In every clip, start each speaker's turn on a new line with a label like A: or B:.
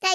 A: 大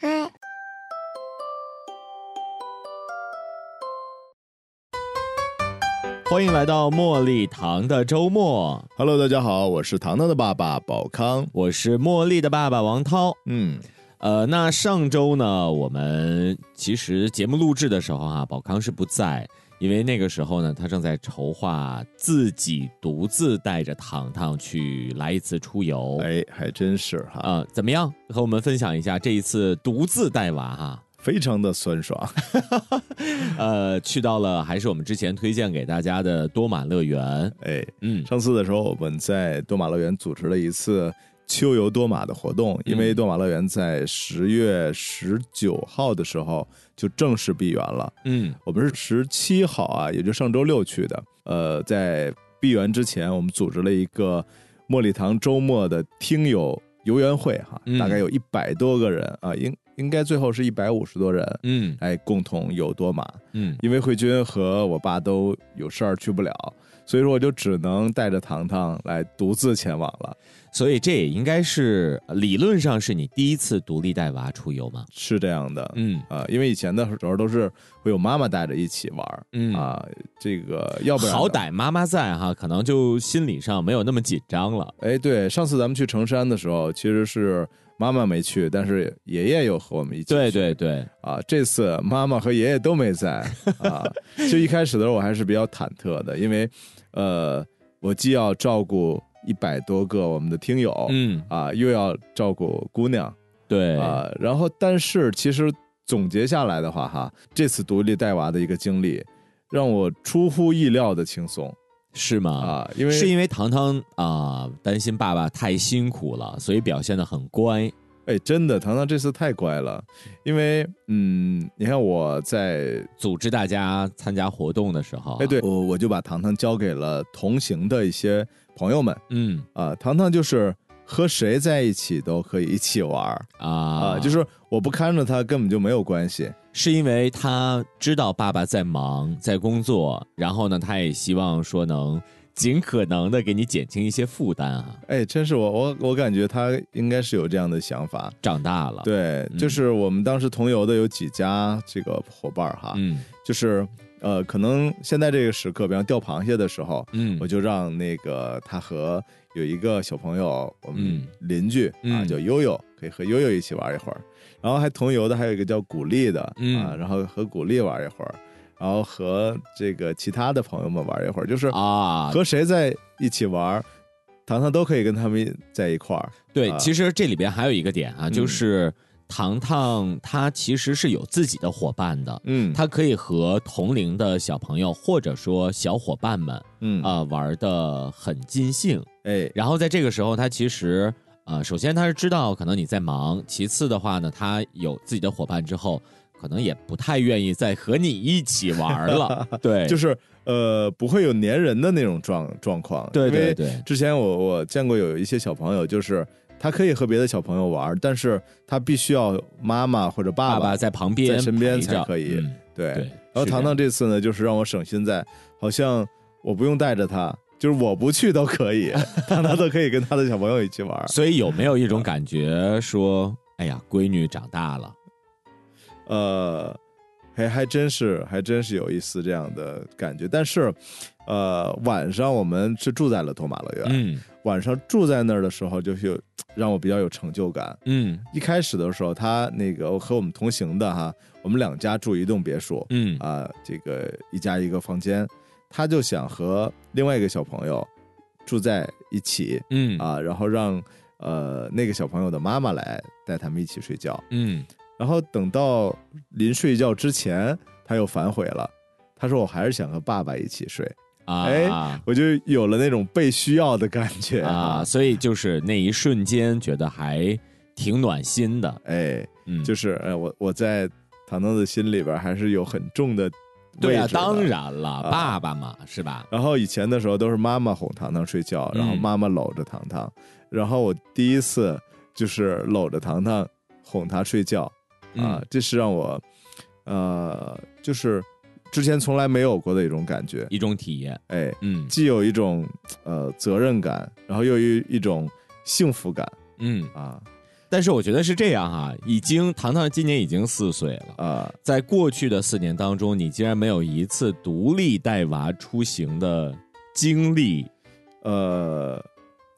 A: 哎，
B: 欢迎来到茉莉糖的周末，
C: Hello，大家好，我是糖糖的爸爸宝康。
B: 我是茉莉的爸爸王涛。
C: 嗯，
B: 呃，那上周呢，我们其实节目录制的时候啊，宝康是不在，因为那个时候呢，他正在筹划自己独自带着糖糖去来一次出游。
C: 哎，还真是哈，
B: 呃，怎么样？和我们分享一下这一次独自带娃哈、
C: 非常的酸爽。
B: 呃，去到了还是我们之前推荐给大家的多玛乐园。
C: 哎，
B: 嗯，
C: 上次的时候我们在多玛乐园组织了一次秋游多玛的活动，因为多玛乐园在十月十九号的时候就正式闭园了。
B: 嗯，
C: 我们是十七号啊，也就上周六去的。呃，在闭园之前，我们组织了一个茉莉堂周末的听友游园会哈，
B: 嗯
C: 大概有一百多个人啊，应应该最后是一百五十多人。
B: 嗯
C: 哎，共同有多玛，
B: 嗯
C: 因为慧君和我爸都有事儿去不了，所以说我就只能带着糖糖来独自前往了。
B: 所以这也应该是理论上是你第一次独立带娃出游嘛？
C: 是这样的，
B: 嗯
C: 啊、因为以前的时候都是会有妈妈带着一起玩儿、
B: 嗯，
C: 啊，这个要不然呢
B: 好歹妈妈在哈，可能就心理上没有那么紧张了。
C: 哎，对，上次咱们去成山的时候，其实是妈妈没去，但是爷爷有和我们一起去。
B: 对对对，
C: 啊，这次妈妈和爷爷都没在 啊。就一开始的时候，我还是比较忐忑的，因为，呃，我既要照顾一百多个我们的听友，
B: 嗯，
C: 啊，又要照顾姑娘
B: 对，
C: 啊，然后但是其实总结下来的话，哈，这次独立带娃的一个经历，让我出乎意料的轻松
B: 是吗？
C: 啊，因为
B: 是因为糖糖啊、担心爸爸太辛苦了，所以表现的很乖。
C: 哎，真的，糖糖这次太乖了，因为嗯，你看我在
B: 组织大家参加活动的时候、啊
C: 哎，对，，我我就把糖糖交给了同行的一些朋友们
B: 嗯
C: 啊，糖糖就是和谁在一起都可以一起玩儿
B: 啊
C: 啊，就是我不看着他根本就没有关系，
B: 是因为他知道爸爸在忙，在工作，然后呢，他也希望说能尽可能的给你减轻一些负担啊。
C: 哎，真是我我我感觉他应该是有这样的想法，
B: 长大了，，
C: 对，
B: 嗯
C: 就是我们当时同游的有几家这个伙伴儿哈，
B: 嗯
C: 就是呃，可能现在这个时刻，比方钓螃蟹的时候，
B: 嗯，
C: 我就让那个他和有一个小朋友，我
B: 嗯
C: 们邻居、啊，
B: 嗯
C: 叫悠悠，可以和悠悠一起玩一会儿。然后还同游的还有一个叫古力的、
B: 嗯
C: 啊，然后和古力玩一会儿，然后和这个其他的朋友们玩一会儿，就是
B: 啊，
C: 和谁在一起玩，糖糖都可以跟他们在一块儿。
B: 对，
C: 啊
B: 其实这里边还有一个点啊，
C: 嗯
B: 就是糖糖他其实是有自己的伙伴的。
C: 嗯，
B: 他可以和同龄的小朋友或者说小伙伴们
C: 嗯
B: 啊、玩的很尽兴，
C: 哎
B: 然后在这个时候，他其实呃，首先他是知道可能你在忙，其次的话呢，他有自己的伙伴之后，可能也不太愿意再和你一起玩 了。对，
C: 就是是呃，不会有粘人的那种状状况。
B: 对
C: 因
B: 对
C: 为
B: 对，
C: 之前我我见过有一些小朋友，就是他可以和别的小朋友玩，但是他必须要妈妈或者爸
B: 爸爸在旁边
C: 在身边
B: 陪着
C: 才可以
B: 嗯
C: 对。
B: 对，
C: 然后
B: 是这样
C: 糖糖这次呢，就是让我省心在，好像我不用带着他，就是我不去都可 以，糖糖都可以跟他的小朋友一起玩。
B: 所以有没有一
C: 嗯
B: 种感觉说，哎呀，闺女长大了？
C: 呃，还还真是还真是有一丝这样的感觉。但是，呃，晚上我们是住在了托马乐园，
B: 嗯
C: 晚上住在那儿的时候，就是有让我比较有成就感。
B: 嗯
C: 一开始的时候，他那个我和我们同行的哈，我们两家住一栋别墅
B: 嗯
C: 啊、这个一家一个房间，他就想和另外一个小朋友住在一起
B: 嗯
C: 啊、然后让呃那个小朋友的妈妈来带他们一起睡觉。
B: 嗯
C: 然后等到临睡觉之前，他又反悔了。他说：“我还是想和爸爸一起睡。
B: 啊
C: 哎
B: 啊”
C: 我就有了那种被需要的感觉
B: 啊！！所以就是那一瞬间觉得还挺暖心的，
C: 哎，
B: 嗯，
C: 就是是哎，我我在糖糖的心里边还是有很重的
B: 对
C: 位
B: 啊，
C: 置的
B: 当。然了，爸爸嘛，是吧？
C: 然后以前的时候都是妈妈哄糖糖睡觉，然后
B: 嗯
C: 妈妈搂着糖糖，然后我第一次就是搂着糖糖哄她睡觉啊
B: 嗯，，
C: 这是让我呃，就是之前从来没有过的一种感觉，
B: 一种体验，
C: 哎，
B: 嗯
C: 既有一种呃责任感，然后又有一种幸福感
B: 嗯。
C: 啊
B: 但是我觉得是这样哈，已经糖糖今年已经四岁了，
C: 啊，
B: 在过去的四年当中，你竟然没有一次独立带娃出行的经历，
C: 呃，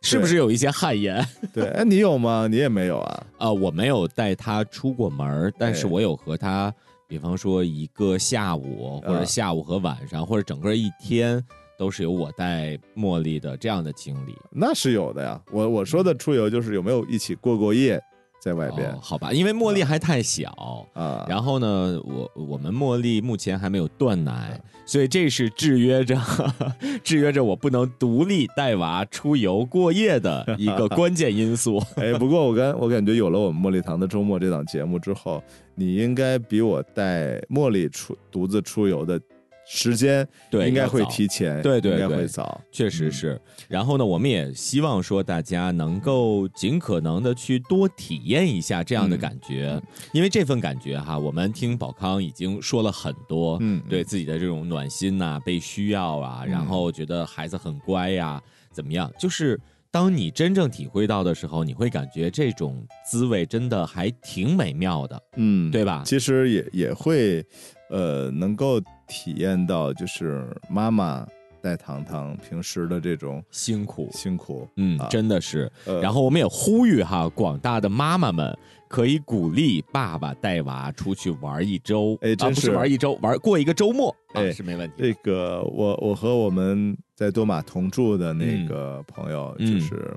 B: 是不是有一些汗颜？
C: 对，哎，你有吗？你也没有啊？
B: 啊，我没有带他出过门儿，但是
C: 哎
B: 我有和他，比方说一个下午，或者
C: 啊
B: 下午和晚上，或者整个一天，都是有我带茉莉的这样的经历。
C: 那是有的呀。我我说的出游就是有没有一起过过夜在外边
B: 嗯哦，好吧，因为茉莉还太小。
C: 啊？
B: 然后呢，我我们茉莉目前还没有断奶，所以这是制约着 制约着我不能独立带娃出游过夜的一个关键因素。
C: 哎，不过我感我感觉有了我们茉莉堂的周末这档节目之后，你应该比我带茉莉出独自出游的时间
B: 对，
C: 应该会
B: 要早
C: 提前，
B: 对对
C: 应该
B: 对
C: 会早。
B: 确实是。然后呢，我们也希望说大家能够尽可能的去多体验一下这样
C: 嗯
B: 的感觉，因为这份感觉哈，我们听宝康已经说了很多，
C: 嗯
B: 对自己的这种暖心呐、被需要啊，然后觉得孩子很乖呀、怎么样？就是当你真正体会到的时候，你会感觉这种滋味真的还挺美妙的，
C: 嗯，
B: 对吧？
C: 其实也也会，呃，能够体验到就是妈妈带糖糖平时的这种
B: 辛苦，
C: 辛苦。
B: 嗯，
C: 啊
B: 真的是。
C: 呃，
B: 然后我们也呼吁哈，广大的妈妈们可以鼓励爸爸带娃出去玩一周，
C: 哎真
B: 啊、不是
C: 是
B: 玩一周，玩过一个周末、啊
C: 哎
B: 是没问题的。
C: 这个我我和我们在多玛同住的那个朋友，
B: 嗯
C: 就是、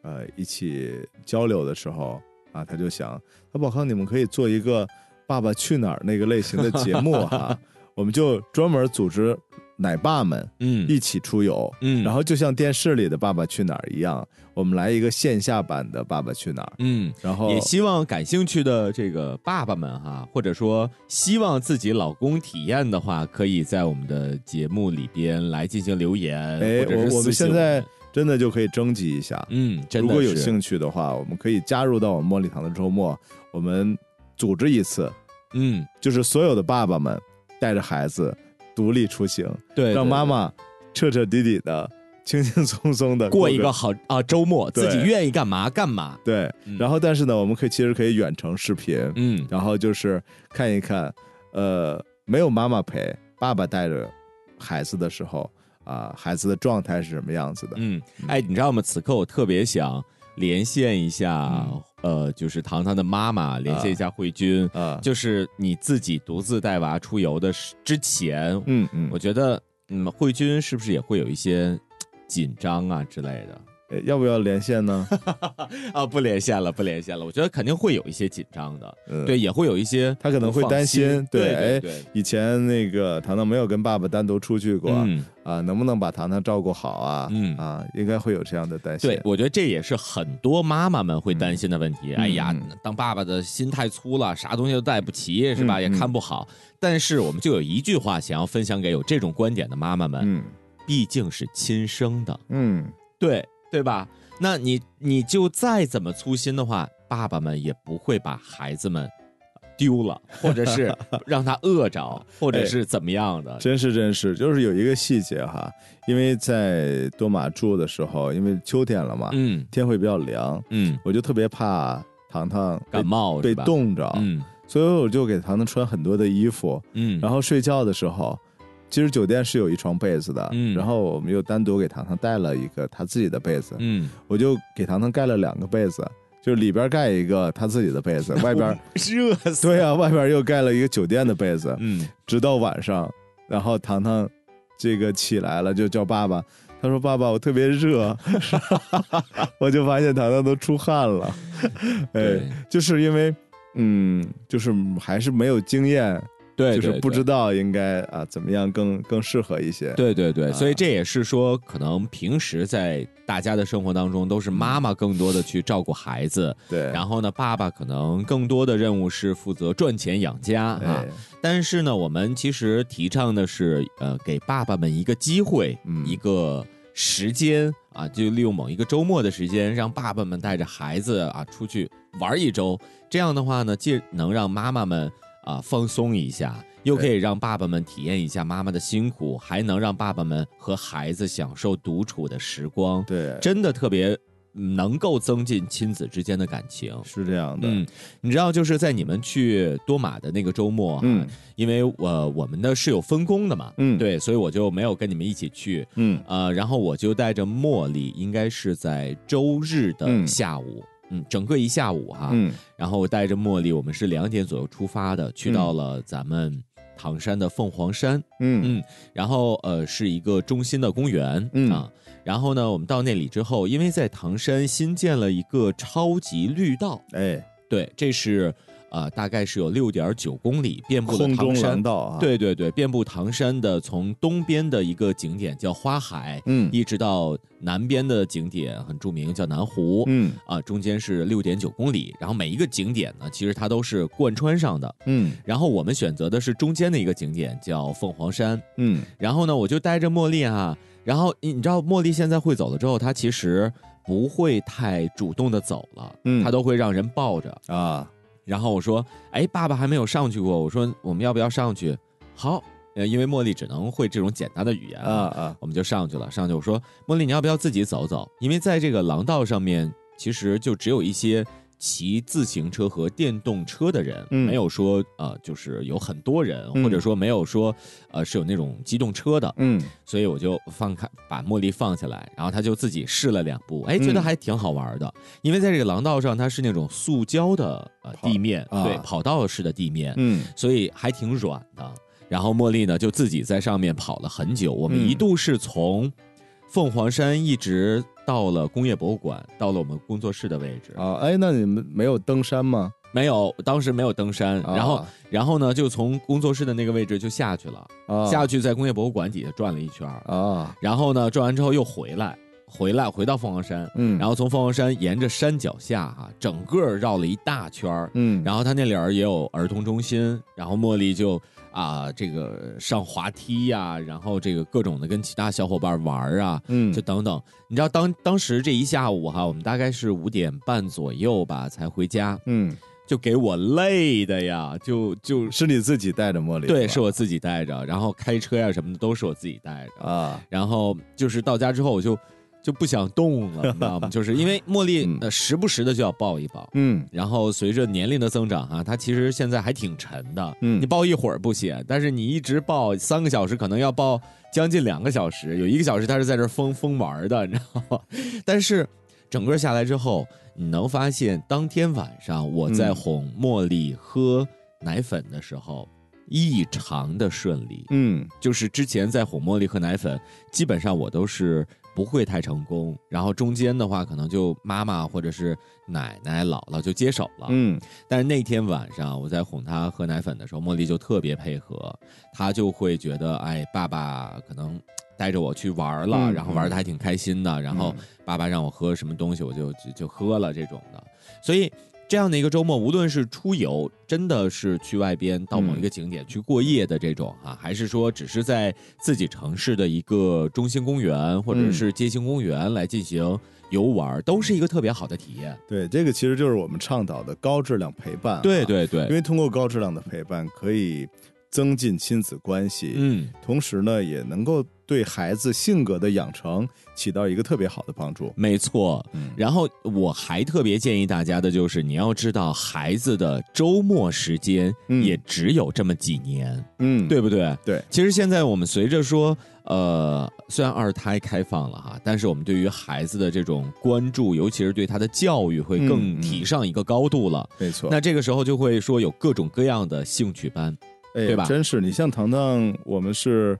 C: 呃一起交流的时候啊，他就想，他宝康，你们可以做一个《爸爸去哪儿》那个类型的节目哈、 我们就专门组织奶爸们
B: 嗯
C: 一起出游。
B: 嗯，
C: 然后就像电视里的《爸爸去哪儿》一样，我们来一个线下版的《爸爸去哪儿》，
B: 嗯。
C: 然后
B: 也希望感兴趣的这个爸爸们哈，或者说希望自己老公体验的话，可以在我们的节目里边来进行留言。
C: 哎
B: 或者是
C: 我我们
B: 私信
C: 现在真的就可以征集一下。
B: 嗯，真的
C: 如果有
B: 是
C: 兴趣的话，我们可以加入到我们茉莉堂的周末，我们组织一次，
B: 嗯，
C: 就是所有的爸爸们带着孩子独立出行，
B: 对，
C: 让
B: 对
C: 妈妈彻彻底底的、轻轻松松的
B: 过一个好啊周末，自己
C: 对
B: 愿意干嘛干嘛。
C: 对
B: 嗯。
C: 然后，但是呢，我们可以其实可以远程视频，
B: 嗯，
C: 然后就是看一看，呃，没有妈妈陪，爸爸带着孩子的时候啊、孩子的状态是什么样子的？
B: 嗯，哎，你知道吗？此刻我特别想连线一下，呃，就是糖糖的妈妈，连线一下慧君，
C: 嗯啊，
B: 就是你自己独自带娃出游的时之前，
C: 嗯嗯
B: 我，觉得，嗯，慧君是不是也会有一些紧张啊之类的？
C: 哎要不要连线呢？
B: 啊，不连线了，不连线了。我觉得肯定会有一些紧张的，
C: 嗯
B: 对，也会有一些
C: 他可能会
B: 不放
C: 担心
B: 对
C: 对
B: 对
C: 哎
B: 对，
C: 以前那个糖糖没有跟爸爸单独出去过、
B: 嗯。
C: 啊，能不能把糖糖照顾好啊？
B: 嗯
C: 啊，应该会有这样的担心。
B: 对，我觉得这也是很多妈妈们会担心的问题。哎呀
C: 嗯，
B: 当爸爸的心太粗了，啥东西都带不齐，是吧？
C: 嗯
B: 也看不好。但是我们就有一句话想要分享给有这种观点的妈妈们，
C: 嗯
B: 毕竟是亲生的，
C: 嗯，
B: 对对吧？那你你就再怎么粗心的话，爸爸们也不会把孩子们丢了，或者 是让他饿着，或者是怎么样的。
C: 真哎是真是，就是有一个细节哈，因为在多玛住的时候，因为秋天了嘛，
B: 嗯
C: 天会比较凉，
B: 嗯，
C: 我就特别怕糖糖被
B: 感冒
C: 被
B: 是吧，
C: 冻着，
B: 嗯
C: 所以我就给糖糖穿很多的衣服，
B: 嗯，
C: 然后睡觉的时候。其实酒店是有一床被子的，
B: 嗯
C: 然后我们又单独给糖糖带了一个他自己的被子，
B: 嗯，
C: 我就给糖糖盖了两个被子，就里边盖一个他自己的 被子，外边
B: 热死，
C: 对啊，外边又盖了一个酒店的被子，
B: 嗯。
C: 直到晚上，然后糖糖这个起来了，就叫爸爸。他说：“爸爸，我特 别热。” 我就发现糖糖都出汗 了，哎
B: 对，
C: 就是因为，嗯，就是还是没有经验，
B: 对，
C: 就是
B: 对
C: 不
B: 对
C: 知道应该啊怎么样更更适合一些。
B: 对对对，
C: 啊
B: 所以这也是说，可能平时在大家的生活当中，都是妈妈更多的去照顾孩子，
C: 嗯对，
B: 然后呢，爸爸可能更多的任务是负责赚钱养家啊
C: 哎。
B: 但是呢，我们其实提倡的是，呃，给爸爸们一个机会，
C: 嗯
B: 一个时间啊，就利用某一个周末的时间，让爸爸们带着孩子啊出去玩一周。这样的话呢，既能让妈妈们啊放松一下，又可以让爸爸们体验一下妈妈的辛苦，还能让爸爸们和孩子享受独处的时光，
C: 对，
B: 真的特别嗯能够增进亲子之间的感情。
C: 是这样的。
B: 嗯，你知道，就是在你们去多玛的那个周末啊哈，
C: 嗯
B: 因为我、我们呢是有分工的嘛，
C: 嗯
B: 对，所以我就没有跟你们一起去，
C: 嗯
B: 呃，然后我就带着茉莉，应该是在周日的
C: 嗯
B: 下午，嗯整个一下午哈，
C: 嗯
B: 然后我带着茉莉，我们是两点左右出发的，去
C: 嗯
B: 到了咱们唐山的凤凰山，
C: 嗯
B: 然后呃是一个中心的公园，
C: 嗯
B: 啊，然后呢我们到那里之后，因为在唐山新建了一个超级绿道。
C: 哎，
B: 对，这是呃，大概是有六点九公里，遍布了
C: 空
B: 唐
C: 中廊
B: 山。
C: 道啊，，
B: 对对对，遍布唐山的，从东边的一个景点叫花海，
C: 嗯
B: 一直到南边的景点很著名，叫南湖。
C: 嗯
B: 啊，中间是六点九公里，然后每一个景点呢，其实它都是贯穿上的。
C: 嗯
B: 然后我们选择的是中间的一个景点，叫凤凰山。
C: 嗯
B: 然后呢，我就带着茉莉哈、啊然后你你知道，茉莉现在会走了之后，她其实不会太主动的走了，
C: 嗯
B: 她都会让人抱着。
C: 啊，
B: 然后我说：“哎，爸爸还没有上去过。”我说：“我们要不要上去？”好，呃，因为茉莉只能会这种简单的语言
C: 啊啊，
B: 我们就上去了。上去我说：“茉莉，你要不要自己走走？因为在这个廊道上面，其实就只有一些骑自行车和电动车的人，
C: 嗯
B: 没有说呃，就是有很多人，
C: 嗯
B: 或者说没有说呃是有那种机动车的。
C: 嗯
B: 所以我就放开把茉莉放下来，然后她就自己试了两步，哎，觉得
C: 嗯
B: 还挺好玩的。因为在这个廊道上，它是那种塑胶的呃
C: 跑
B: 地面，
C: 啊
B: 对，跑道式的地面，
C: 嗯
B: 所以还挺软的。然后茉莉呢就自己在上面跑了很久，我们
C: 嗯
B: 一度是从凤凰山一直到了工业博物馆，到了我们工作室的位置。
C: 啊，哎，那你们没有登山吗？
B: 没有，当时没有登山，
C: 啊
B: 然后然后呢就从工作室的那个位置就下去了，
C: 啊
B: 下去在工业博物馆底下转了一圈儿。
C: 啊，
B: 然后呢，转完之后又回来，回来回到凤凰山，
C: 嗯，
B: 然
C: 后
B: 后从凤凰山沿着山脚下哈、整个绕了一大圈儿。
C: 嗯，
B: 然后他那里儿也有儿童中心，然后茉莉就啊、这个上滑梯呀、然后这个各种的跟其他小伙伴玩儿啊，
C: 嗯
B: 就等等。你知道当当时这一下午哈、我们大概是五点半左右吧才回家，
C: 嗯，
B: 就给我累的呀，就就是
C: 你自己带着茉莉吧？
B: 对，是我自己带着，然后开车呀、什么的都是我自己带着。
C: 啊，
B: 然后就是到家之后，我就就不想动了，你知道 吗？就是因为茉莉
C: 嗯
B: 呃时不时的就要抱一抱，
C: 嗯
B: 然后随着年龄的增长啊，她其实现在还挺沉的，
C: 嗯
B: 你抱一会儿不行，但是你一直抱三个小时，可能要抱将近两个小时，有一个小时她是在这儿疯疯玩儿的，你知道吗？ 但是整个下来之后，你能发现当天晚上我在
C: 嗯
B: 哄茉莉喝奶粉的时候。异常的顺利，
C: 嗯
B: 就是之前在哄茉莉喝奶粉，基本上我都是不会太成功，然后中间的话可能就妈妈或者是奶奶、姥姥就接手了。
C: 嗯
B: 但是那天晚上我在哄她喝奶粉的时候，茉莉就特别配合，她就会觉得，哎，爸爸可能。带着我去玩了，
C: 嗯
B: 然后玩的还挺开心的。然后爸爸让我喝什么东西，我就就就喝了这种的。所以这样的一个周末，无论是出游，真的是去外边到某一个景点去过夜的这种啊，还是说只是在自己城市的一个中心公园或者
C: 嗯
B: 是街心公园来进行游玩，都是一个特别好的体验。啊
C: 对，这个其实就是我们倡导的高质量陪伴啊。
B: 对对对，
C: 因为通过高质量的陪伴，可以增进亲子关系，
B: 嗯。
C: 同时呢，也能够对孩子性格的养成起到一个特别好的帮助。
B: 没错，
C: 嗯
B: 然后我还特别建议大家的就是，你要知道孩子的周末时间
C: 嗯
B: 也只有这么几年，
C: 嗯，
B: 对不对？
C: 对
B: 其实现在我们随着说，呃，虽然二胎开放了哈，但是我们对于孩子的这种关注，尤其是对他的教育，会
C: 嗯
B: 更
C: 嗯
B: 提上一个高度了。
C: 没错。
B: 那这个时候就会说有各种各样的兴趣班，
C: 哎
B: 对吧
C: 真是，你像糖糖，我们是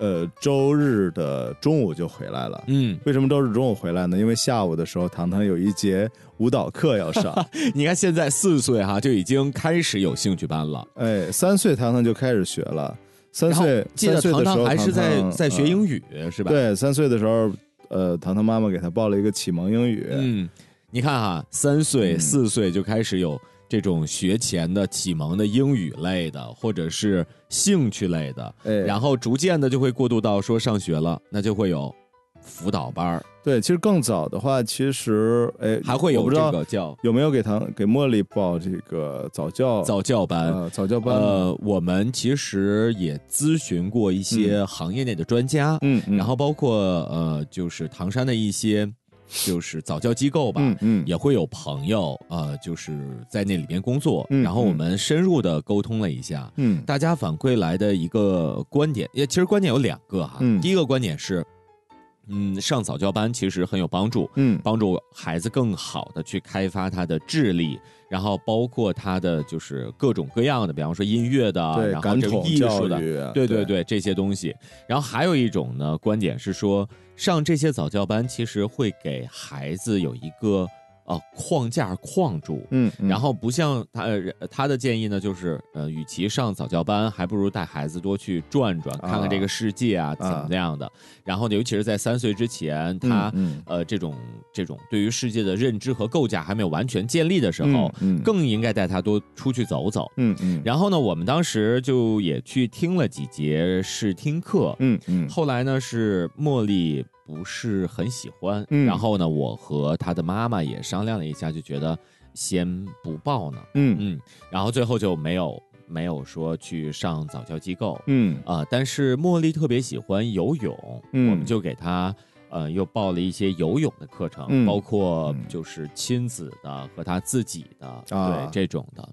C: 呃周日的中午就回来了。
B: 嗯，
C: 为什么周日中午回来呢？因为下午的时候，糖糖有一节舞蹈课要上。
B: 你看现在四岁哈、就已经开始有兴趣班了，
C: 哎，三岁糖糖就开始学了。三
B: 然后
C: 岁，
B: 记得
C: 三岁
B: 糖
C: 的时
B: 糖
C: 候
B: 还是在
C: 糖糖嗯
B: 在学英语、是吧？，
C: 对，三岁的时候，呃，糖糖妈妈给他报了一个启蒙英语。
B: 嗯，你看哈，三岁、
C: 嗯
B: 四岁就开始有这种学前的启蒙的英语类的，或者是兴趣类的，
C: 哎，
B: 然后逐渐的就会过渡到说上学了，那就会有辅导班儿，
C: 对，其实更早的话，其实哎，
B: 还会有
C: 我不知
B: 这
C: 道
B: 个叫
C: 有没有给糖给茉莉报这个早教
B: 早教班。
C: 呃早教班？
B: 呃，我们其实也咨询过一些行业内的专家，
C: 嗯，嗯
B: 然后包括呃，就是唐山的一些就是早教机构吧，
C: 嗯嗯
B: 也会有朋友呃，就是在那里边工作，
C: 嗯
B: 然后我们深入的沟通了一下，
C: 嗯
B: 大家反馈来的一个观点，也其实观点有两个哈，
C: 嗯
B: 第一个观点是，嗯，上早教班其实很有帮助，
C: 嗯
B: 帮助孩子更好的去开发他的智力，然后包括他的就是各种各样的，比方说音乐的，
C: 对，
B: 然后
C: 感
B: 这个
C: 统
B: 艺
C: 教
B: 术的，
C: 育啊，
B: 对对对，这些东西。然后还有一种呢观点是说，上这些早教班其实会给孩子有一个呃框架框住。
C: 嗯，嗯
B: 然后不像他呃他的建议呢，就是呃，与其上早教班，还不如带孩子多去转转，看看这个世界啊，怎么样的。然后呢，尤其是在三岁之前，他、
C: 嗯
B: 呃这种这种对于世界的认知和构架还没有完全建立的时
C: 嗯
B: 候，
C: 嗯
B: 更应该带他多出去走走。
C: 嗯嗯，
B: 然后呢，我们当时就也去听了几节试听课。
C: 嗯嗯
B: 后来呢，是茉莉不是很喜欢，
C: 嗯
B: 然后呢，我和她的妈妈也商量了一下，就觉得先不报呢。
C: 嗯
B: 嗯，然后最后就没有没有说去上早教机构。
C: 嗯
B: 啊、但是茉莉特别喜欢游泳，
C: 嗯
B: 我们就给她呃又报了一些游泳的课程，
C: 嗯
B: 包括
C: 嗯
B: 就是亲子的和她自己的，
C: 啊
B: 对这种的。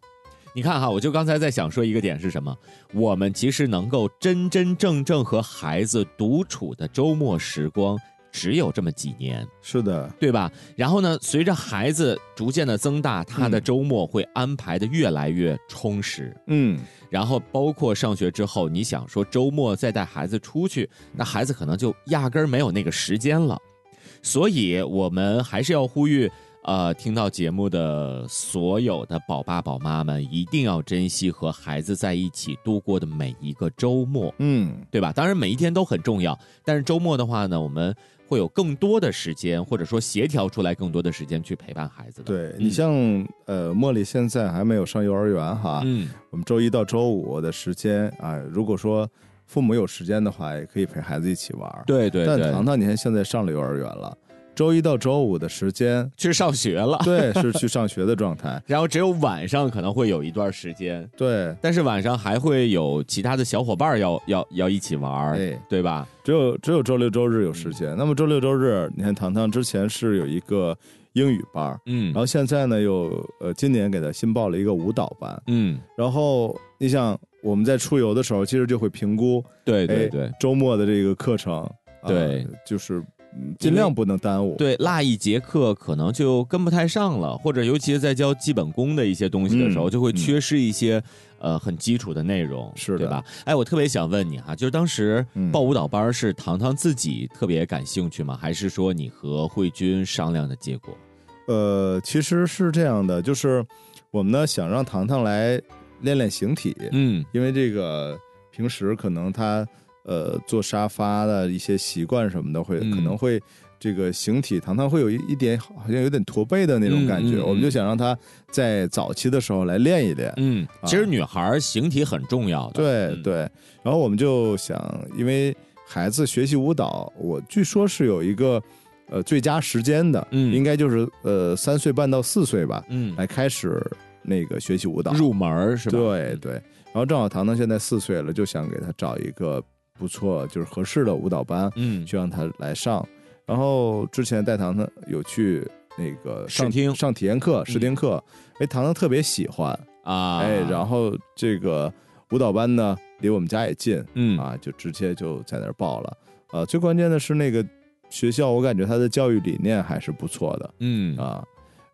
B: 你看哈，我就刚才在想说一个点是什么？我们其实能够真真正正和孩子独处的周末时光，只有这么几年。
C: 是的，
B: 对吧？然后呢，随着孩子逐渐的增大，他的
C: 嗯
B: 周末会安排的越来越充实。
C: 嗯
B: 然后包括上学之后，你想说周末再带孩子出去，那孩子可能就压根儿没有那个时间了。所以我们还是要呼吁，呃，听到节目的所有的宝爸宝妈们，一定要珍惜和孩子在一起度过的每一个周末。
C: 嗯
B: 对吧？当然每一天都很重要，但是周末的话呢，我们会有更多的时间，或者说协调出来更多的时间去陪伴孩子的。
C: 对
B: 嗯
C: 你像呃茉莉现在还没有上幼儿园哈，
B: 嗯，
C: 我们周一到周五的时间啊，如果说父母有时间的话，也可以陪孩子一起玩儿。
B: 对对
C: 但
B: 对，
C: 糖，糖，你看现在上了幼儿园了，周一到周五的时间
B: 去上学了，
C: 对，是去上学的状态。
B: 然后只有晚上可能会有一段时间，
C: 对，
B: 但是晚上还会有其他的小伙伴儿要要要一起玩儿，嗯
C: 哎
B: 对吧？
C: 只有只有周六周日有时间。那么周六周日，你看糖糖之前是有一个英语班儿，
B: 嗯
C: 然后现在呢又呃今年给他新报了一个舞蹈班。
B: 嗯，
C: 然后你想我们在出游的时候，其实就会评估
B: 对
C: 哎
B: 对对、
C: 周末的这个课程，呃
B: 对，
C: 就是嗯尽量不能耽误。
B: 对，落一节课可能就跟不太上了，或者尤其是在教基本功的一些东西的时候，
C: 嗯
B: 就会缺失一些、呃很基础的内容，
C: 是的
B: 对吧？哎，我特别想问你哈，就是当时
C: 嗯
B: 报舞蹈班是糖糖自己特别感兴趣吗？还是说你和慧君商量的结果？
C: 呃，其实是这样的，就是我们呢想让糖糖来练练形体，
B: 嗯
C: 因为这个平时可能他呃坐沙发的一些习惯什么的会，
B: 嗯
C: 可能会这个形体糖糖会有一一点好像有点驼背的那种感觉，
B: 嗯嗯嗯
C: 我们就想让他在早期的时候来练一练。
B: 嗯，其实女孩儿形体很重要的，
C: 对
B: 嗯
C: 对，然后我们就想，因为孩子学习舞蹈，我据说是有一个呃最佳时间的，
B: 嗯
C: 应该就是呃三岁半到四岁吧，
B: 嗯，
C: 来开始那个学习舞蹈。
B: 入门儿是吧？
C: 对对，然后正好糖糖现在四岁了，就想给他找一个不错就是合适的舞蹈班，
B: 嗯，
C: 就让他来上。然后之前带糖糖有去那个
B: 试
C: 上
B: 听
C: 上体验课、
B: 嗯
C: 试听课，哎、糖糖特别喜欢，
B: 啊，
C: 哎，然后这个舞蹈班呢离我们家也近，
B: 嗯
C: 啊，就直接就在那儿报了。呃，最关键的是那个学校，我感觉它的教育理念还是不错的
B: 嗯
C: 啊。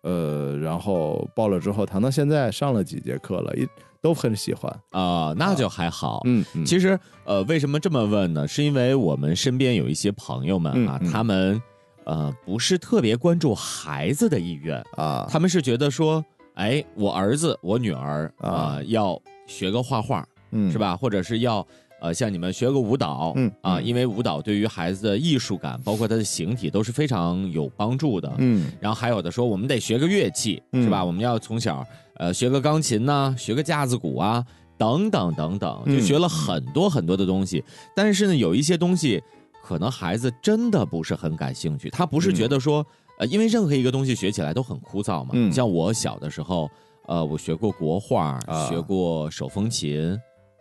C: 呃，然后报了之后，糖糖现在上了几节课了，一都很喜欢。
B: 啊，那就还好。
C: 嗯，嗯
B: 其实，呃，为什么这么问呢？是因为我们身边有一些朋友们啊，
C: 嗯嗯
B: 他们呃不是特别关注孩子的意愿，
C: 啊，
B: 他们是觉得说，哎，我儿子、我女儿啊、
C: 啊
B: 要学个画画，
C: 嗯
B: 是？吧？或者是要呃像你们学个舞蹈，
C: 嗯
B: 啊，
C: 嗯
B: 因为舞蹈对于孩子的艺术感，包括他的形体都是非常有帮助的。
C: 嗯
B: 然后还有的说，我们得学个乐器，
C: 嗯
B: 是吧？我们要从小呃学个钢琴呐、学个架子鼓啊，等等等等，就
C: 嗯
B: 学了很多很多的东西。但是呢，有一些东西可能孩子真的不是很感兴趣，他不是
C: 嗯
B: 觉得说，呃，因为任何一个东西学起来都很枯燥嘛。
C: 嗯
B: 像我小的时候，呃，我学过国画，
C: 啊
B: 学过手风琴，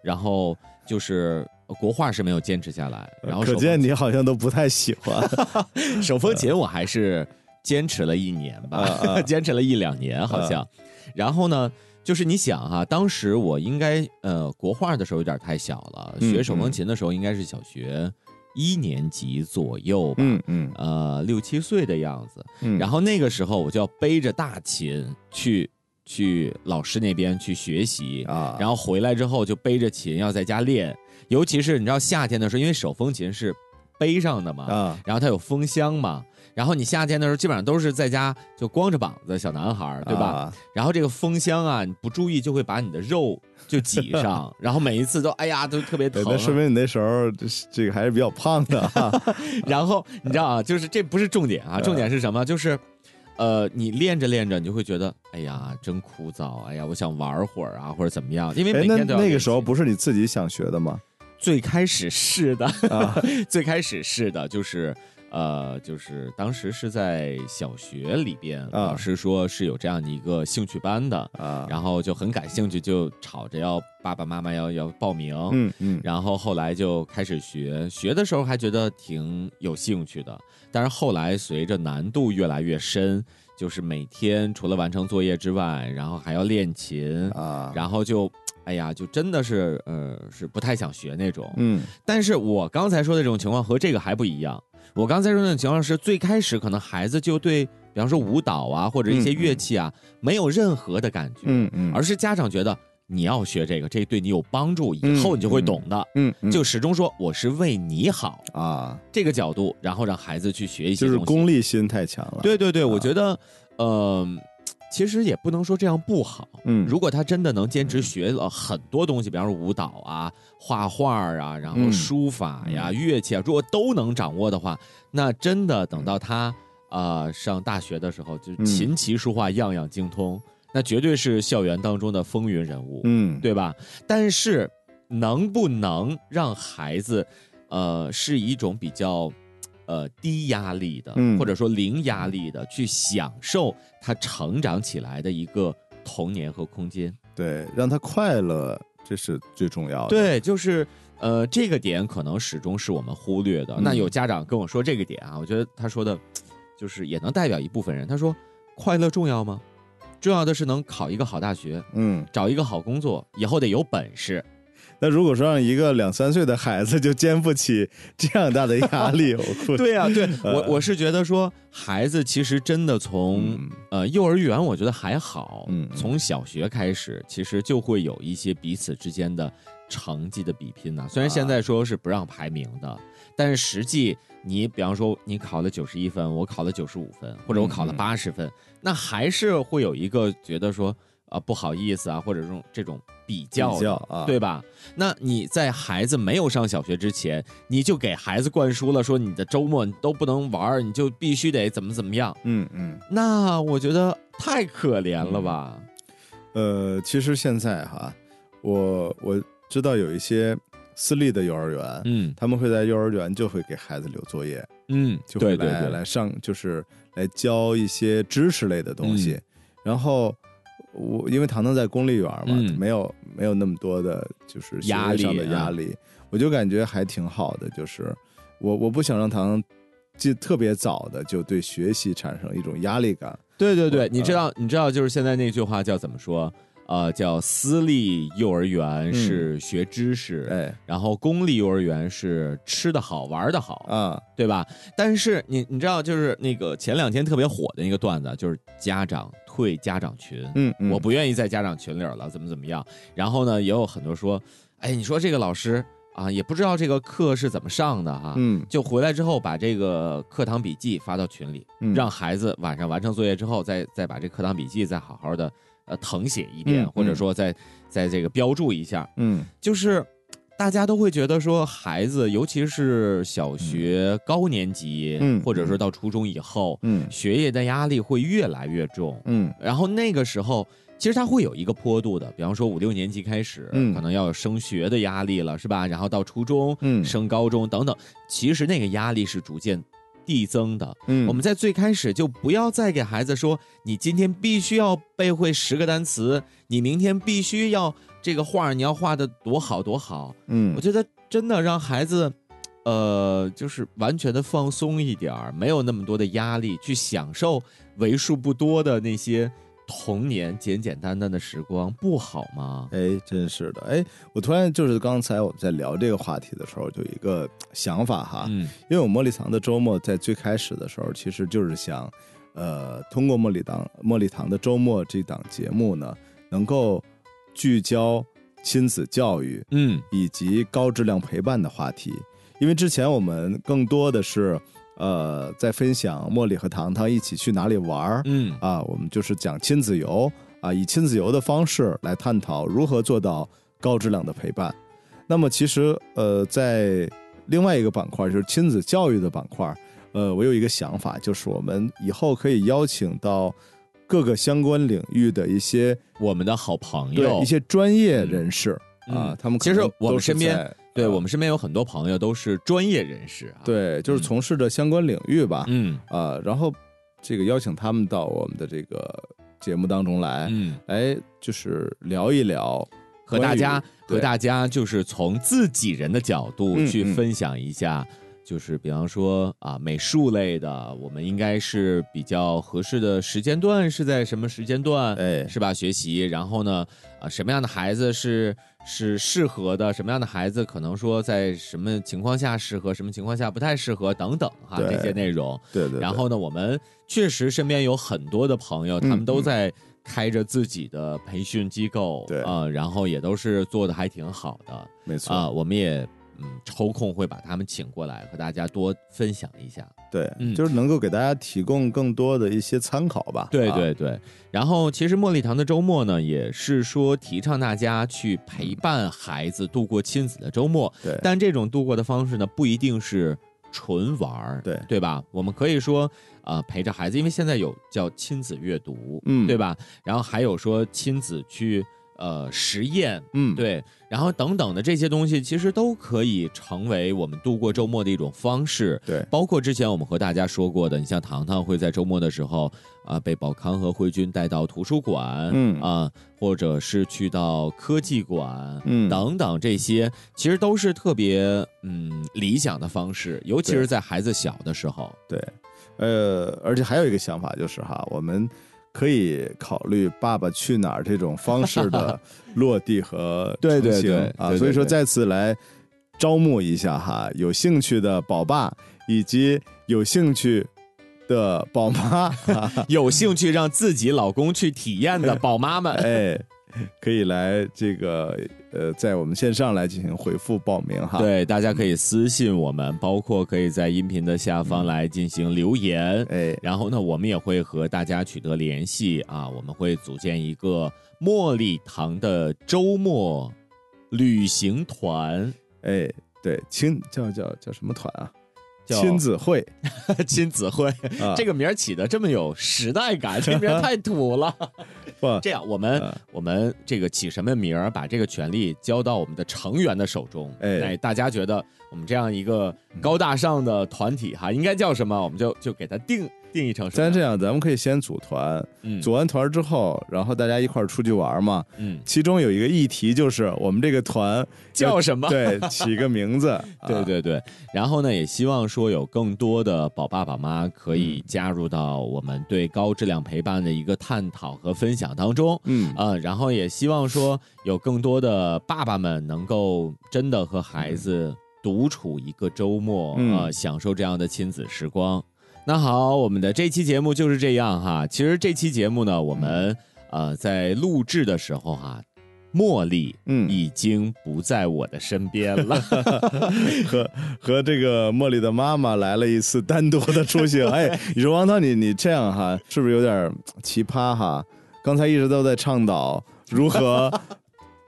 B: 然后就是。呃国画是没有坚持下来，然后
C: 呃
B: 手
C: 可
B: 风
C: 见你好像都不太喜欢
B: 手风琴我还是坚持了一年
C: 啊
B: 吧，
C: 啊
B: 坚持了一两年好像。然后呢，就是你想哈、当时我应该呃国画的时候有点太小了，
C: 嗯
B: 学手风琴的时候应该是小学一年级左右吧，
C: 嗯嗯
B: 呃六七岁的样子。
C: 嗯
B: 然
C: 后
B: 后那个时候我就要背着大琴去去老师那边去学习，
C: 啊，
B: 然后回来之后就背着琴要在家练，尤其是你知道夏天的时候，因为手风琴是背上的嘛，
C: 啊
B: 然后它有风箱嘛，然后你夏天的时候基本上都是在家就光着膀子，小男孩儿对吧？
C: 啊
B: 然后这个风箱啊，你不注意就会把你的肉就挤 上，然后每一次都哎呀都特别
C: 对
B: 疼
C: 那说
B: 啊。
C: 明你那时候就是这个还是比较胖 的哎哈
B: 然后你知道啊，就是这不是重点啊，重点是什么？就是。呃，你练着练着，你就会觉得，哎呀，真枯燥，哎呀，我想玩会儿啊，或者怎么样？因为
C: 哎
B: 每，
C: 那
B: 天都要
C: 那
B: 练
C: 个时候
B: 习
C: 不是你自己想学的吗？
B: 最开始是的，
C: 啊
B: 最开始是的，就是呃，就是当时是在小学里边，老师说是有这样的一个兴趣班的，
C: 啊，
B: 然后就很感兴趣，就吵着要爸爸妈妈要要报名。
C: 嗯嗯
B: 然后后来就开始学，学的时候还觉得挺有兴趣的，但是后来随着难度越来越深，就是每天除了完成作业之外，然后还要练琴，
C: 啊，
B: 然后就，哎呀，就真的是，呃，是不太想学那种。
C: 嗯
B: 但是我刚才说的这种情况和这个还不一样。我刚才说的那种情况是最开始可能孩子就对，比方说舞蹈啊或者一些乐器啊、没有任何的感觉，
C: 嗯嗯，
B: 而是家长觉得你要学这个，这对你有帮助，以后你就会懂的，
C: 嗯嗯
B: 就始终说我是为你好
C: 啊，
B: 这个角度，然后让孩子去学一些
C: 就是
B: 东西
C: 功利心太强了。，
B: 对对对，我
C: 啊
B: 觉得，呃，其实也不能说这样不好。
C: 嗯
B: 如果他真的能坚持学了很多东西，比方说舞蹈啊、画画啊，然后
C: 嗯
B: 书法呀、乐器啊，如果都能掌握的话，那真的等到他呃上大学的时候，就
C: 嗯
B: 琴棋书画样样精通，那绝对是校园当中的风云人物，
C: 嗯，
B: 对吧？但是能不能让孩子，呃，是一种比较。呃，低压力的，
C: 嗯
B: 或者说零压力的，去享受他成长起来的一个童年和空间。
C: 对，让他快乐，这是最重要的。，
B: 对，就是呃，这个点可能始终是我们忽略的。
C: 嗯
B: 那有家长跟我说这个点啊，我觉得他说的，就是也能代表一部分人。他说，快乐重要吗？重要的是能考一个好大学，
C: 嗯，
B: 找一个好工作，以后得有本事。
C: 那如果说让一个两三岁的孩子就肩负起这样大的压 力，我估计
B: 对啊，对
C: 呃
B: 我我是觉得说，孩子其实真的从、
C: 嗯
B: 呃幼儿园，我觉得还好，
C: 嗯嗯
B: 从小学开始，其实就会有一些彼此之间的成绩的比拼呐、啊虽然
C: 啊
B: 现在说是不让排名的，但是实际你比方说你考了九十一分，我考了九十五分，或者我考了
C: 嗯嗯
B: 八十分，那还是会有一个觉得说啊、不好意思啊，或者这种这种比
C: 比
B: 较的
C: 较啊，
B: 对吧？那你在孩子没有上小学之前，你就给孩子灌输了说你的周末你都不能玩儿，你就必须得怎么怎么样。
C: 嗯嗯，
B: 那我觉得太可怜了吧？
C: 呃，其实现在哈，我我知道有一些私立的幼儿园，
B: 嗯
C: 他们会在幼儿园就会给孩子留作业，
B: 嗯，
C: 就
B: 对
C: 会来
B: 对对，
C: 来上，就是来教一些知识类的东西。
B: 嗯
C: 然后我因为糖糖在公立园嘛，
B: 嗯
C: 没有没有那么多的，就是学
B: 压
C: 业上
B: 力
C: 的
B: 啊
C: 压力，我就感觉还挺好的。就是我我不想让糖糖就特别早的就对学习产生一种压力感。
B: 对对对，
C: 嗯
B: 你知道你知道就是现在那句话叫怎么说？呃叫私立幼儿园是学知识，
C: 哎
B: 然后公立幼儿园是吃的好玩的好，
C: 啊，
B: 对吧？但是你你知道，就是那个前两天特别火的一个段子，就是家长退家长群，
C: 嗯，嗯
B: 我不愿意在家长群里了，怎么怎么样。然后呢，也有很多说，哎，你说这个老师啊，也不知道这个课是怎么上的哈、啊
C: 嗯
B: 就回来之后把这个课堂笔记发到群里，
C: 嗯
B: 让孩子晚上完成作业之后，再再把这课堂笔记再好好的呃誊写一遍，
C: 嗯
B: 或者
C: 嗯
B: 说再再这个标注一下。
C: 嗯
B: 就是大家都会觉得说，孩子尤其是小学高年级，
C: 嗯
B: 或者说到初中以后，
C: 嗯
B: 学业的压力会越来越重。
C: 嗯
B: 然后那个时候，其实他会有一个坡度的，比方说五六年级开始，
C: 嗯
B: 可能要有升学的压力了，是吧？然后到初中、
C: 嗯
B: 升高中等等，其实那个压力是逐渐递增的。
C: 嗯，
B: 我们在最开始就不要再给孩子说，你今天必须要背会十个单词，你明天必须要这个画儿你要画的多好多好。
C: 嗯
B: 我觉得真的让孩子，呃，就是完全的放松一点儿，没有那么多的压力，去享受为数不多的那些童年简简单单的时光，不好吗？
C: 哎，真是的，哎，我突然就是刚才我们在聊这个话题的时候，就有一个想法哈，
B: 嗯
C: 因为我茉莉堂的周末在最开始的时候，其实就是想，呃，通过茉莉堂茉莉堂的周末这档节目呢，能够聚焦亲子教育
B: 嗯
C: 以及高质量陪伴的话题，因为之前我们更多的是，呃，在分享茉莉和糖糖一起去哪里玩儿，
B: 嗯
C: 啊，我们就是讲亲子游啊，以亲子游的方式来探讨如何做到高质量的陪伴。那么其实呃，在另外一个板块就是亲子教育的板块，呃，我有一个想法，就是我们以后可以邀请到各个相关领域的一些
B: 我们的好朋
C: 对
B: 友，
C: 一些专业人士。
B: 嗯
C: 啊
B: 嗯，
C: 他们可
B: 其实
C: 能
B: 我
C: 都
B: 们
C: 是
B: 身边
C: 在
B: 对
C: 呃
B: 我们身边有很多朋友都是专业人士啊。，
C: 对，就是
B: 嗯
C: 从事着相关领域吧，
B: 嗯
C: 啊，然后这个邀请他们到我们的这个节目当中来，
B: 嗯。
C: 哎，就是聊一聊
B: 和
C: 关于
B: 大家
C: 对
B: 和大家就是从自己人的角度
C: 嗯
B: 去
C: 嗯
B: 分享一下，就是比方说啊，美术类的，我们应该是比较合适的时间段是在什么时间段，
C: 哎
B: 是吧？学习，然后呢，啊，什么样的孩子是是适合的，什么样的孩子可能说在什么情况下适合，什么情况下不太适合等等哈，
C: 对
B: 这些内容。
C: 对对对，嗯
B: 然后呢，我们确实身边有很多的朋友，他们都在开着自己的培训机构，
C: 对
B: 啊、然后也都是做的还挺好的
C: 没错、
B: 啊、我们也嗯抽空会把他们请过来，和大家多分享一下。
C: 对、
B: 嗯
C: 就是能够给大家提供更多的一些参考吧。
B: 对
C: 啊，
B: 对对。然后其实茉莉堂的周末呢，也是说提倡大家去陪伴孩子度过亲子的周末，
C: 对
B: 但这种度过的方式呢，不一定是。纯玩儿，
C: 对
B: 对吧？我们可以说，啊、陪着孩子，因为现在有叫亲子阅读，
C: 嗯
B: 对吧？然后还有说亲子去呃实验，
C: 嗯，
B: 对，然后等等的这些东西，其实都可以成为我们度过周末的一种方式。
C: 对
B: 包括之前我们和大家说过的，你像糖糖会在周末的时候啊、被宝康和慧君带到图书馆，
C: 嗯
B: 啊、或者是去到科技馆，
C: 嗯
B: 等等这些，其实都是特别嗯理想的方式，尤其
C: 对
B: 是在孩子小的时候。
C: 对，呃，而且还有一个想法就是哈，我们可以考虑《爸爸去哪儿》这种方式的落地和
B: 对
C: 成
B: 对
C: 型
B: 对
C: 啊，
B: 对
C: 所以
B: 对
C: 说
B: 对
C: 再次来招募一下哈，有兴趣的宝爸以及有兴趣的宝妈。
B: 有兴趣让自己老公去体验的宝妈 们，
C: 哎，可以来这个呃，在我们线上来进行回复报名哈。，
B: 对，大家可以私信我们，包括可以在音频的下
C: 嗯
B: 方来进行留言。
C: 哎，
B: 然后呢，我们也会和大家取得联系啊，我们会组建一个茉莉堂的周末旅行团，
C: 哎，对，亲叫叫叫什么团啊？
B: 叫
C: 亲子会
B: 亲子会。
C: 啊，
B: 这个名儿起的这么有时代 感，这名儿太土了。
C: 不
B: 这样，我们、
C: 啊
B: 我们这个起什么名儿，把这个权利交到我们的成员的手中。
C: 哎
B: 大家觉得我们这样一个高大上的团体哈，应该叫什么，我们就就给它定定义成什么？
C: 咱这样，咱们可以先组团，
B: 嗯
C: 组完团之后，然后大家一块儿出去玩嘛。
B: 嗯
C: 其中有一个议题就是我们这个团
B: 叫什么？
C: 对起个名字，啊
B: 对对对，然后呢，也希望说有更多的宝爸宝妈可以加入到我们对高质量陪伴的一个探讨和分享当中。
C: 嗯，
B: 呃，然后也希望说有更多的爸爸们能够真的和孩子独处一个周末，
C: 嗯
B: 呃，享受这样的亲子时光。那好，我们的这期节目就是这样哈。其实这期节目呢，我们呃在录制的时候哈，茉莉
C: 嗯
B: 已经不在我的身边 了。
C: 和 和这个茉莉的妈妈来了一次单独的出行。哎，你说王涛，你你这样哈，是不是有点儿奇葩哈？刚才一直都在倡导如何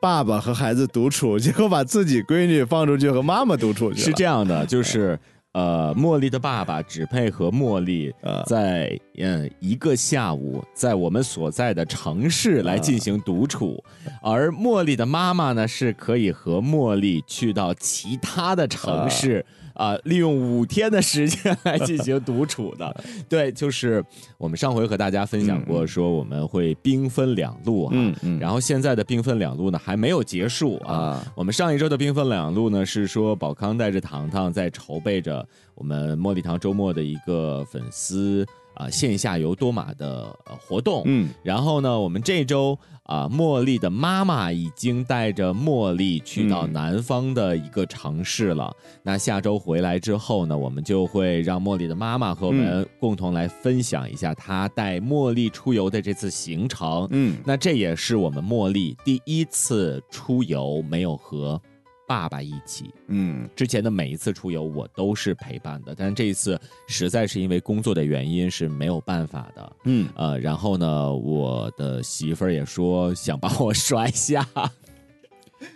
C: 爸爸和孩子独处，结果把自己闺女放出去和妈妈独处去了。
B: 是这样的，就是
C: 哎
B: 呃，茉莉的爸爸只配和茉莉
C: 啊
B: 在嗯一个下午，在我们所在的城市来进行独处，而茉莉的妈妈呢是可以和茉莉去到其他的城市。啊，利用五天的时间来进行独处的，对，就是我们上回和大家分享过，说我们会兵分两路啊，
C: 嗯嗯
B: 然后现在的兵分两路呢还没有结束啊，
C: 啊，
B: 我们上一周的兵分两路呢，是说宝康带着糖糖在筹备着我们茉莉糖周末的一个粉丝啊、线下游多玛的、呃活动。
C: 嗯
B: 然后呢，我们这周啊、茉莉的妈妈已经带着茉莉去到
C: 嗯
B: 南方的一个城市了。那下周回来之后呢，我们就会让茉莉的妈妈和我
C: 嗯
B: 们共同来分享一下她带茉莉出游的这次行程。
C: 嗯
B: 那这也是我们茉莉第一次出游没有和爸爸一起。
C: 嗯
B: 之前的每一次出游我都是陪伴的，但是这一次实在是因为工作的原因是没有办法的。
C: 嗯，
B: 呃，然后呢，我的媳妇儿也说想把我 摔下，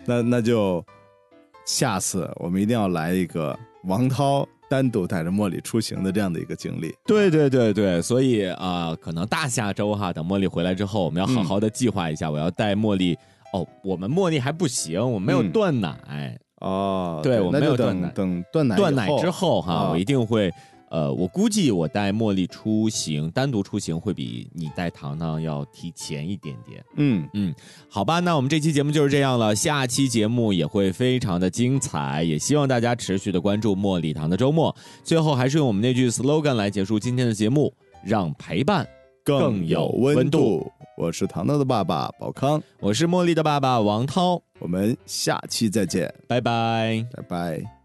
C: 那那就下次我们一定要来一个王涛单独带着茉莉出行的这样的一个经历。
B: 对对对对，所以啊、呃可能大下周哈，等茉莉回来之后，我们要好好的计划一下，我要带茉莉。哦，我们茉莉还不行，我没有
C: 嗯
B: 断奶，
C: 哦，
B: 对我
C: 那
B: 没有
C: 就
B: 断奶
C: 等等断奶
B: 断
C: 以
B: 奶之后哈，
C: 啊
B: 我一定会，呃，我估计我带茉莉出行，单独出行会比你带糖糖要提前一点点。
C: 嗯，
B: 好吧，那我们这期节目就是这样了，下期节目也会非常的精彩，也希望大家持续的关注茉莉糖的周末。最后还是用我们那句 slogan 来结束今天的节目，让陪伴。更
C: 更
B: 有
C: 有
B: 温
C: 温
B: 度
C: 度。我是糖糖的爸爸宝康，
B: 我是茉莉的爸爸王涛，
C: 我们下期再见，
B: 拜拜。
C: 拜拜。